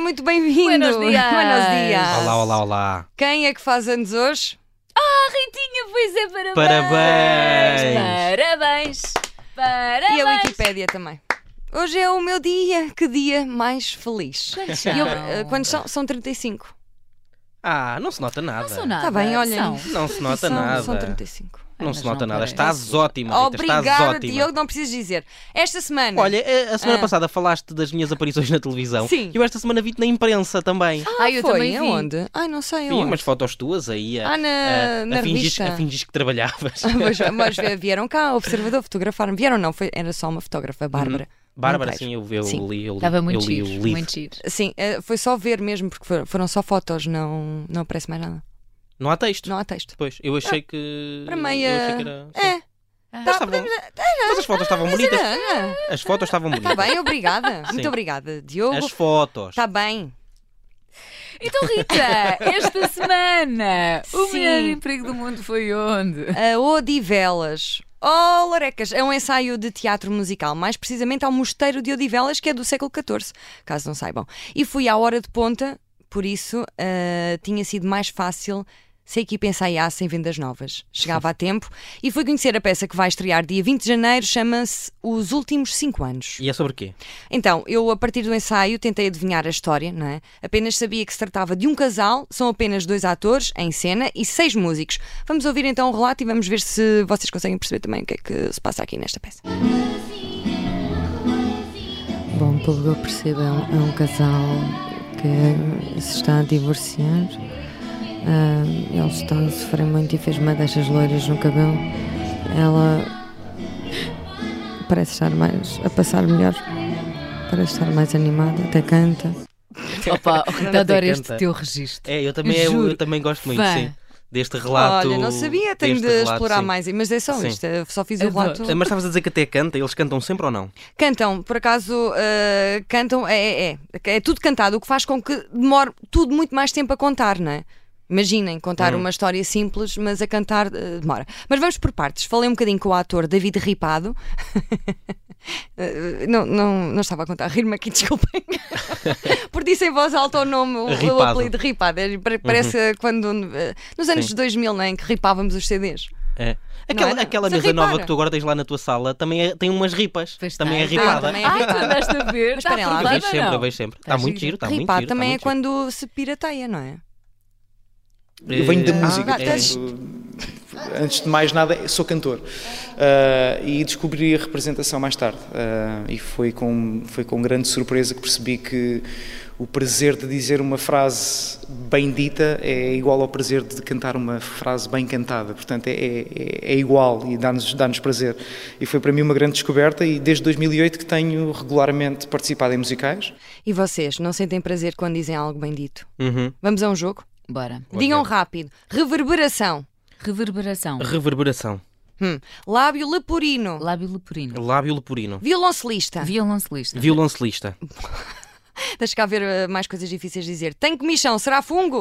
muito bem-vindo. Buenos dias. Buenos dias. Olá, olá, olá. Quem é que faz anos hoje? Ah, Ritinha, pois é, parabéns! Parabéns. Parabéns! Parabéns! E a Wikipédia também. Hoje é o meu dia, que dia mais feliz. Quantos E eu, são? eh, quantos são? São 35. Ah, não se nota nada. Não sou nada. Tá bem, olhem. São. Não se nota são, nada. São 35. Ai, Não mas se nota não nada. parece. Estás ótima, Rita. Estás Obrigada, ótima. Diogo, não preciso dizer. Esta semana. Olha, eh, a- a semana Ah. passada falaste das minhas aparições na televisão. Sim. Eu esta semana vi-te na imprensa também. Ah, eu foi também vi. aonde? Ai, não sei Vi aonde. umas fotos tuas aí a, Ah, na- a- a na fingis, revista. a fingis que trabalhavas. Mas, mas vieram cá, observador, fotografaram. Vieram, não, foi, era só uma fotógrafa, a Bárbara. Bárbara, Monteiro. sim, eu, eu Sim. li, eu li, Estava muito eu li giro, o livro. muito giro. Sim, eh, foi só ver mesmo, porque for- foram só fotos, não, não aparece mais nada. Não há texto. Não há texto. Pois, eu achei que. Para Eu meia. achei que era. É, Ah, Mas, tá bom. Mas as fotos estavam bonitas. As fotos estavam Está bonitas. é. bem, obrigada. Sim. Muito obrigada, Diogo. As fotos. Está bem. Então, Rita, esta semana o Sim. melhor emprego do mundo foi onde? A Odivelas. Oh, Larecas, é um ensaio de teatro musical, mais precisamente ao Mosteiro de Odivelas, que é do século XIV, caso não saibam. E fui à hora de ponta, por isso ah, tinha sido mais fácil se a equipa ensaiasse em vendas novas. Chegava a tempo e fui conhecer a peça que vai estrear dia 20 de janeiro, chama-se Os Últimos Cinco Anos. E é sobre quê? Então, eu a partir do ensaio tentei adivinhar a história, não é? Apenas sabia que se tratava de um casal, são apenas dois atores em cena e seis músicos. Vamos ouvir então o relato e vamos ver se vocês conseguem perceber também o que é que se passa aqui nesta peça. Bom, pelo que eu percebo, é um, é um casal que se está a divorciar. Ah, ele está a sofrer muito e fez uma destas loiras no cabelo. Ela parece estar mais a passar melhor, parece estar mais animada, até canta. Opa, Rita, adoro Até este canta. teu registro. É, eu também, eu- Juro. eu também gosto muito, Fã. sim. Deste relato. Olha, não sabia, tenho de deste relato, explorar sim. mais, mas é só Sim. isto, eu só fiz o Adoro. relato. Ah, Mas estavas a dizer que até canta, eles cantam sempre ou não? Cantam, por acaso, eh, cantam, é, é, é, é tudo cantado, o que faz com que demore tudo muito mais tempo a contar, não é? Imaginem, contar Hum. uma história simples, mas a cantar eh, demora. Mas vamos por partes. Falei um bocadinho com o ator David Ripado. Eh, não, não, não estava a contar, rir-me aqui, desculpem. por disse em voz alta o nome, o, o Ripado. Uhum. apelido Ripado. É, pare- Parece quando, eh, nos anos 2000, não é? Em que ripávamos os CDs. É. Aquela, era? aquela Mas a mesa nova ripar. que tu agora tens lá na tua sala também é- tem umas ripas. Pois tá, também tem. é ripada. também é Ai, tu andaste a ver. Mas Tá espera lá. Eu aprovada, vejo sempre, eu não? vejo sempre. Tá Está muito giro. giro, está muito Ripado giro. tá também é muito giro. quando se pirateia, não é? Eu venho da Eh, música, ah, tens- portanto, antes de mais nada, sou cantor. Ah, e descobri a representação mais tarde. Ah, e foi com, foi com grande surpresa que percebi que o prazer de dizer uma frase bem dita é igual ao prazer de cantar uma frase bem cantada. Portanto, é, é- é igual e dá-nos dá prazer. E foi para mim uma grande descoberta, e desde 2008 que tenho regularmente participado em musicais. E vocês não sentem prazer quando dizem algo bem dito? Uhum. Vamos a um jogo? Bora. Digam rápido. Reverberação. Reverberação. Reverberação. Hum. Lábio leporino. Lábio leporino. Lábio leporino. Violoncelista. Violoncelista. Violoncelista. Deixa cá ver eh, mais coisas difíceis de dizer. Tem comichão, será fungo?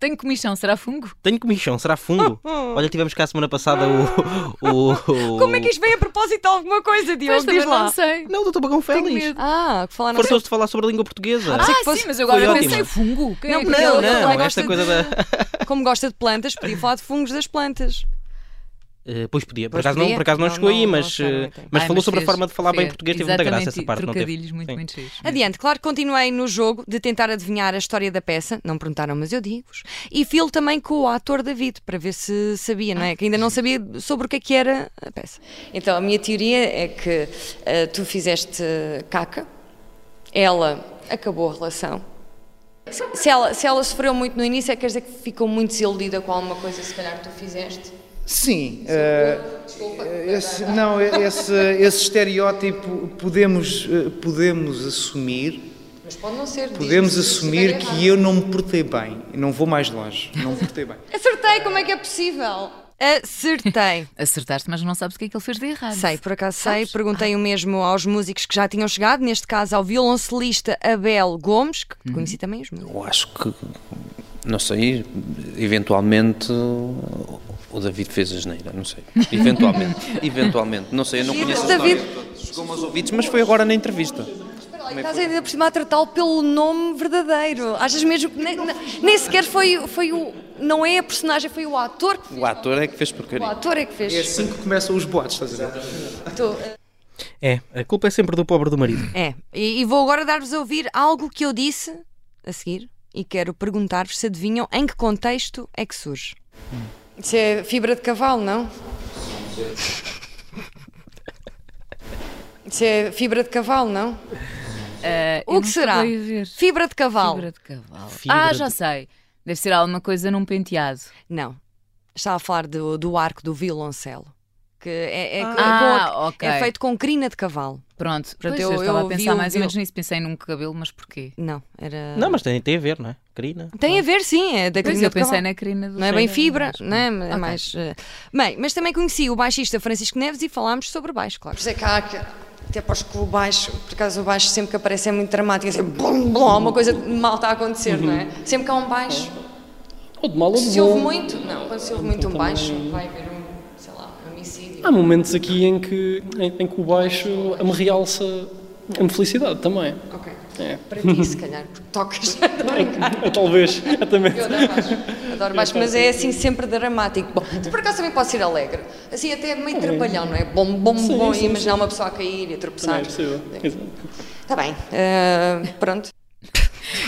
Tenho comichão, será fungo? Tenho comichão, será fungo? Oh, Olha, tivemos cá a semana passada o. o, o- Como é que isto vem a propósito de alguma coisa, Diogo? Pois, também Diz lá. não sei. Não, doutor Bagão Tenho Félix. medo. Ah, que falar não sei. Forçou-se de falar sobre a língua portuguesa. Ah, que fosse- sim, mas eu agora Foi pensei ótimo. fungo. Quem Não, é que porque não, ele não, também esta gosta coisa de- da. Como gosta de plantas, podia falar de fungos das plantas. Eh, pois podia, por Pois acaso, podia. Não, por acaso não, Não, chegou aí, não, Ah, não mas, chegaram eh, a tempo. mas Ai, falou sobre a fez- forma de falar bem fez. português, teve muita graça essa Exatamente, parte, não teve? Trocadilhos muito, Sim. muito giros. Adiante, claro que continuei no jogo de tentar adivinhar a história da peça, não perguntaram, mas eu digo-vos. E filo também com o ator David, para ver se sabia, não é? Que ainda não sabia sobre o que é que era a peça. Então, a minha teoria é que eh, tu fizeste caca, ela acabou a relação. Se- Se ela, se ela sofreu muito no início, é quer dizer que ficou muito desiludida com alguma coisa, se calhar tu fizeste. Sim. eh, esse, não, eh, esse, esse estereótipo podemos, eh, podemos assumir, Mas pode não ser. diz-me podemos se assumir estiver que eu não me portei bem. Não vou mais longe. Não me portei bem. Acertei, como é que é possível? Acertei. Acertaste, mas não sabes o que é que ele fez de errado. Sei, por acaso sei. Perguntei o mesmo aos músicos que já tinham chegado, neste caso ao violoncelista Abel Gomes, que conheci também os meus. Eu acho que, não sei, eventualmente o David fez a geneira, não sei. Eventualmente, eventualmente, não sei, eu não Giro, conheço a David. história. toda. Chegou-me aos ouvidos, mas foi agora na entrevista. Como é que Estás foi? ainda por cima a tratá-lo pelo nome verdadeiro. Achas mesmo que nem, nem- nem sequer foi, foi o. Não é a personagem, foi o ator que fez. O ator é que fez O porcaria. ator é que É fez. assim que começam os boatos, estás a ver? Tô- É, a culpa é sempre do pobre do marido. É, e, e vou agora dar-vos a ouvir algo que eu disse a seguir e quero perguntar-vos se adivinham em que contexto é que surge. Isso é fibra de cavalo, não? Isso é fibra de cavalo, não? Ah, eu O que nunca será? vou ver. Fibra de cavalo. Fibra de cavalo. Fibra ah, de- já sei. Deve ser alguma coisa num penteado. Não. Estava a falar do, do arco do violoncelo. Que é, é- Ah, com a- ok. é feito com crina de cavalo. Pronto, Pronto, pois, eu- eu, um estava eu a vi pensar o mais ou vil- menos nisso. Pensei num cabelo, mas porquê? Não, era. Não, mas tem, tem a ver, não é? Querida. Tem a ver, sim, é da Pois crina eu de cavalo. pensei na crina do Não é bem cheiro, fibra, mas- não é? É hum. Ok. mais. eh, Bem, mas também conheci o baixista Francisco Neves e falámos sobre baixo, claro. Por isso é que há que- até para os que o baixo, por acaso o baixo sempre que aparece é muito dramático, é assim, blum, blum, alguma coisa mal está a acontecer, Uhum. não é? Sempre que há um baixo, Ou de mal ou de se ouve bom. muito, não, quando se ouve muito um baixo, vai haver um, sei lá, um homicídio. Há momentos aqui em que, em, em que o baixo me realça a minha felicidade também. Ok. É. Para ti, se calhar, porque tocas. Talvez, exatamente. é Eu adoro baixo, adoro baixo, mas é assim sempre dramático. Bom, por acaso também pode ser alegre, assim até meio trapalhão, não é? Bom, bom, Sim, bom, sim, imaginar uma pessoa a cair e a tropeçar. Também é possível. Exato. Está bem, eh, pronto.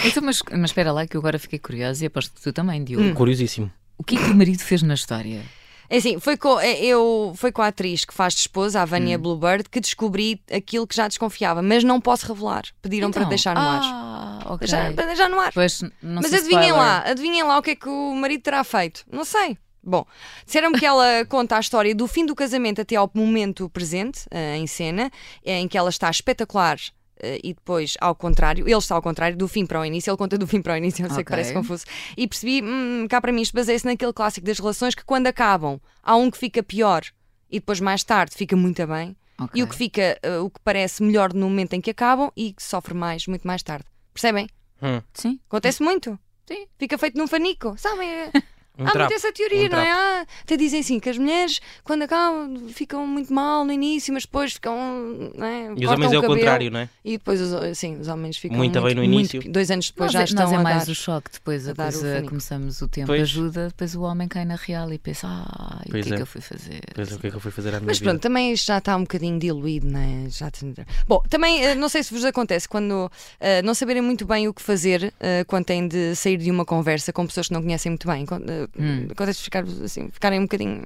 Então, mas, mas espera lá que eu agora fiquei curiosa e aposto que tu também, Diogo. Hum. Curiosíssimo. O que é que o marido fez na história? É assim, foi com, eh, eu, foi com a atriz que faz de esposa, a Vânia Bluebird, que descobri aquilo que já desconfiava, mas não posso revelar. Pediram para Então, deixar no ar. ah, ok. Já, para deixar no ar. Pois, não mas sei adivinhem spoiler. lá, adivinhem lá o que é que o marido terá feito. Não sei. Bom, disseram-me que ela conta a história do fim do casamento até ao momento presente, eh, em cena, eh, em que ela está espetacular eh, e depois ao contrário. Ele está ao contrário, do fim para o início. Ele conta do fim para o início, eu sei que Ok. parece confuso. E percebi, hum, cá para mim, isto baseia-se naquele clássico das relações que quando acabam, há um que fica pior e depois mais tarde fica muito bem. Ok. E o que fica, eh, o que parece melhor no momento em que acabam e que sofre mais, muito mais tarde. Percebem? Hum. Um Ah, Sim. Acontece muito. Sim. Fica feito num fanico, sabem? É- Um Há trapo. muito essa teoria, Um não é? Ah, até dizem assim que as mulheres, quando acabam, ficam muito mal no início, mas depois ficam. Não é? E os Cortam homens o é o cabelo contrário, não é? E depois, os, sim, os homens ficam. Muito é bem no muito- início. dois anos depois nós, já é- estão nós é a mais dar. o choque, depois a a dar o coisa, fanico. começamos o tempo Pois. ajuda, depois o homem cai na real e pensa, ah, e o Pois que é é. que eu fui fazer? Pois é, o que é que eu fui fazer à minha Mas vida? pronto, também isto já está um bocadinho diluído, não é? Já... tem- Bom, também eh, não sei se vos acontece quando eh, não saberem muito bem o que fazer eh, quando têm de sair de uma conversa com pessoas que não conhecem muito bem. Con- eh, Hum. Acontece de ficar, assim, ficarem um bocadinho.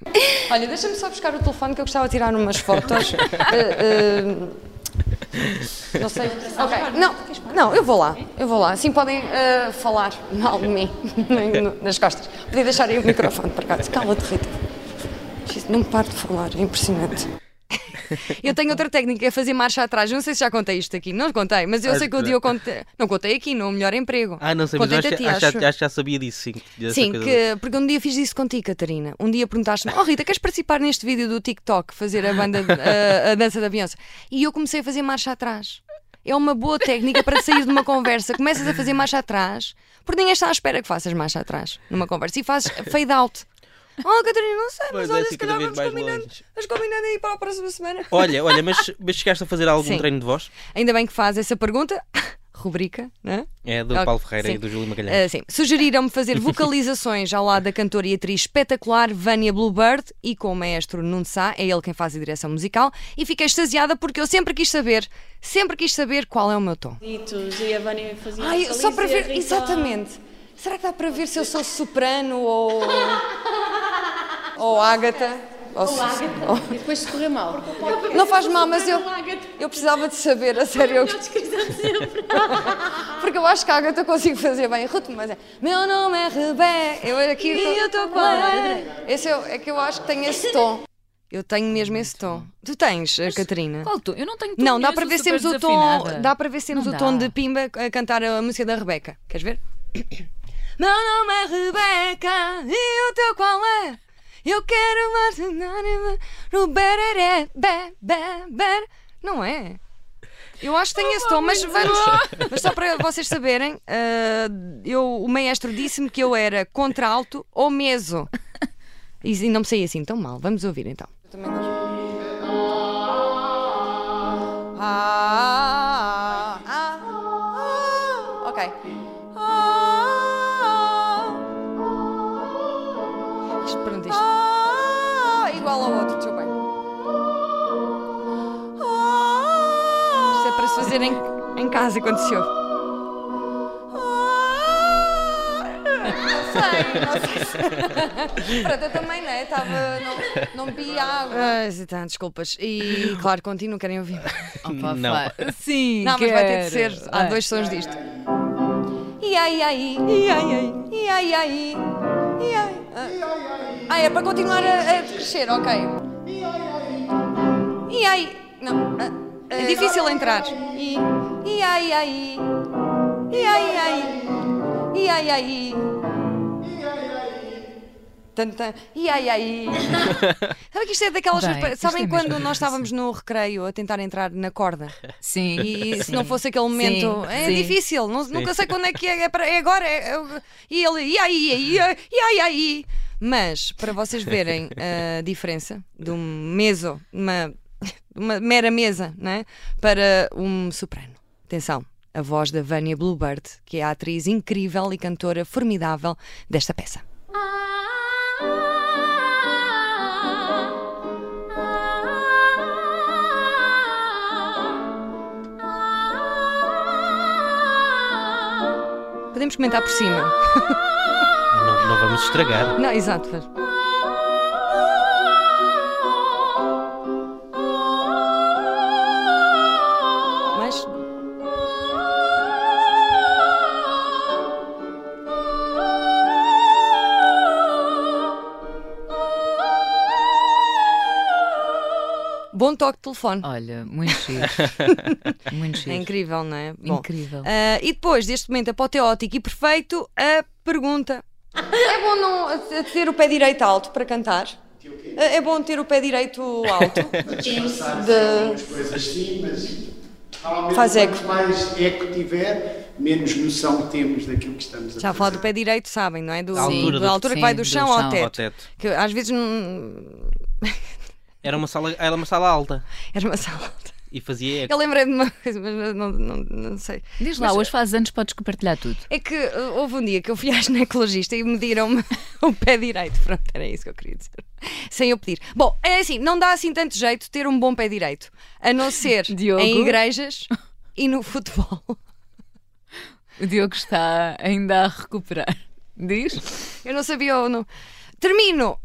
Olha, deixa-me só buscar o telefone que eu gostava de tirar umas fotos. Eh, eh, não sei. Ok, não, não, eu vou lá, eu vou lá. Assim podem eh, falar mal de mim nas costas. Podia deixar aí o microfone para cá. Cala-te, Rita. Jeez, Não paro de falar, é impressionante. Eu tenho outra técnica, é fazer marcha atrás. Não sei se já contei isto aqui. Não contei, mas eu sei que o dia eu contei. Não contei aqui, no melhor emprego. Ah, não sei, mas eu Contei-te acho, a ti, acho- acho. acho que já sabia disso, sim. dessa Sim, coisa que, porque um dia fiz isso contigo, Catarina. Um dia perguntaste-me: Oh Rita, queres participar neste vídeo do TikTok, fazer a banda, a, a dança da Beyoncé? E eu comecei a fazer marcha atrás. É uma boa técnica para sair de uma conversa. Começas a fazer marcha atrás, porque ninguém está à espera que faças marcha atrás numa conversa e fazes fade out. Oh, Catarina, não sei, mas Pois é, olha, assim, se cada calhar vamos vez mais combinando, longe. vamos combinando aí para a próxima semana. Olha, olha, mas, mas chegaste a fazer algum Sim. treino de voz? Ainda bem que faz essa pergunta, rubrica, né? É do Ok, Paulo Ferreira sim. e do Júlio Magalhães. Ah, sim. Sugeriram-me fazer vocalizações ao lado da cantora e atriz espetacular Vânia Bluebird e com o maestro Nuno Sá, é ele quem faz a direção musical, e fiquei extasiada porque eu sempre quis saber, sempre quis saber qual é o meu tom. Ditos, e a Vânia fazia Ai, vocaliza só para e a ver, Rita- exatamente. Será que dá para ver se eu sou soprano ou. ou Ágata? Ou su- E depois se correr mal. Não faz mal, mas eu, eu precisava de saber, a sério. eu- Porque eu acho que a Agatha eu consigo fazer bem. Ruth, mas é. Meu nome é Rebé. Eu aqui. E eu estou com a Esse é, o- é que eu acho que tenho esse tom. Eu tenho mesmo esse tom. Tu tens, eh, Catarina? Qual tu? Eu não tenho tudo Não, dá mesmo, para ver se super temos o tom. desafinada. Dá para ver se temos Não o dá. tom de Pimba a cantar a música da Rebeca. Queres ver? Meu nome é Rebeca e o teu qual é? Eu quero mais anônima no bereré, be, be, be. Não é? Eu acho que tem esse tom, mas vamos. Mas só para vocês saberem, ah, eu, o maestro disse-me que eu era contralto ou meso. E não me saí assim tão mal. Vamos ouvir então. Ah, ah, ah, ok. Ah, Isto, pronto, isto. é ah, igual ao outro, deixa eu bem. Ah, Isto é para se fazer em, em casa quando se ouve. Ah, Pronto, eu também, né? Estava. Não, não bebi água. Ah, então, desculpas. E claro, continuo, querem ouvir. Opa, Não. fa- Sim, Não, mas vai ter de ser. quero. Ah, Há Vai. dois sons disto. E aí, aí, e aí, aí, e aí, aí, e aí. Ah. Ah, é para continuar a, a crescer, ok. E aí, não. ah, ah, É difícil entrar. E, e aí, aí, e aí, aí, e aí, aí. Tan, tan, E aí, aí. Sabe que isto é daquelas. Bem, surpre- isto Sabem é mesmo quando nós difícil. estávamos no recreio a tentar entrar na corda? Sim. E se sim. não fosse aquele momento. Sim, é sim. difícil, não- nunca sei quando é que é. É, para- é agora. é- é- e ele. E aí, e aí, e aí, e aí, e aí. Mas, para vocês verem a diferença de um meso, uma, uma mera mesa, né? para um soprano. Atenção, a voz da Vânia Bluebird, que é a atriz incrível e cantora formidável desta peça. Podemos comentar por cima. Não, não vamos estragar. Não, exato. faz. Mas Bom toque de telefone. Olha, muito giro. muito giro. É incrível, não é? Bom, Incrível. ah, e depois deste momento apoteótico e perfeito, a pergunta É bom não eh, ter o pé direito alto para cantar? É é bom ter o pé direito alto. De... coisas sim, mas normalmente Faz eco. quanto mais eco tiver, menos noção temos daquilo que estamos a Já a falar do pé direito, sabem, não é? Do, Da altura da do- altura que sim, vai do do chão, chão ao ao teto. Ao teto. Que às vezes hum, Era uma sala, era uma sala alta era uma sala. alta. e fazia eco. Eu lembrei de uma coisa, mas não, não, não sei. Diz lá, hoje fazes anos, podes compartilhar tudo. É que uh, houve um dia que eu fui à ginecologista e mediram-me o pé direito. Pronto, era isso que eu queria dizer. Sem eu pedir. Bom, é assim, não dá assim tanto jeito ter um bom pé direito. A não ser Diogo? em igrejas e no futebol. O Diogo está ainda a recuperar. Diz? Eu não sabia ou não. Termino.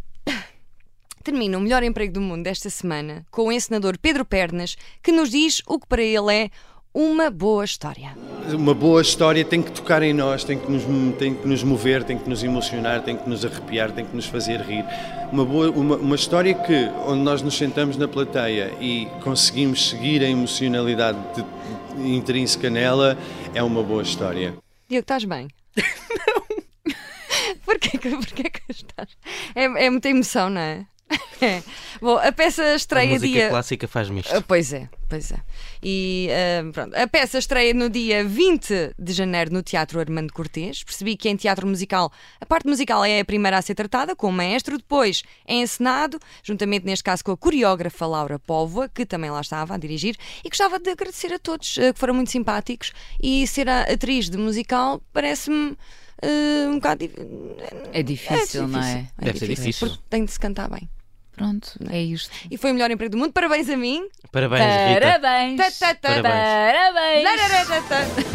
Termino o melhor emprego do mundo desta semana com o encenador Pedro Pernas, que nos diz o que para ele é uma boa história. Uma boa história tem que tocar em nós, tem que, nos, tem que nos mover, tem que nos emocionar, tem que nos arrepiar, tem que nos fazer rir. Uma, boa, uma, uma história que, onde nós nos sentamos na plateia e conseguimos seguir a emocionalidade de- intrínseca nela, é uma boa história. Diogo, estás bem? não! Porquê que, porquê que estás? É, é muita emoção, não é? É. Bom, a peça A estreia música é dia. clássica faz-me isto. Ah, Pois é, pois é. E ah, pronto, a peça estreia no dia 20 de janeiro no Teatro Armando Cortês. Percebi que em teatro musical a parte musical é a primeira a ser tratada com o maestro, depois é encenado, juntamente neste caso com a coreógrafa Laura Póvoa, que também lá estava a dirigir. E gostava de agradecer a todos ah, que foram muito simpáticos. E ser a atriz de musical parece-me ah, um bocado. dif- É difícil, não é? Deve ser difícil. Porque tem de se cantar bem. Pronto, é isto. E foi o melhor emprego do mundo. Parabéns a mim. Parabéns, Rita. Parabéns! Tá, tá, tá, Parabéns. Parabéns! Larararata.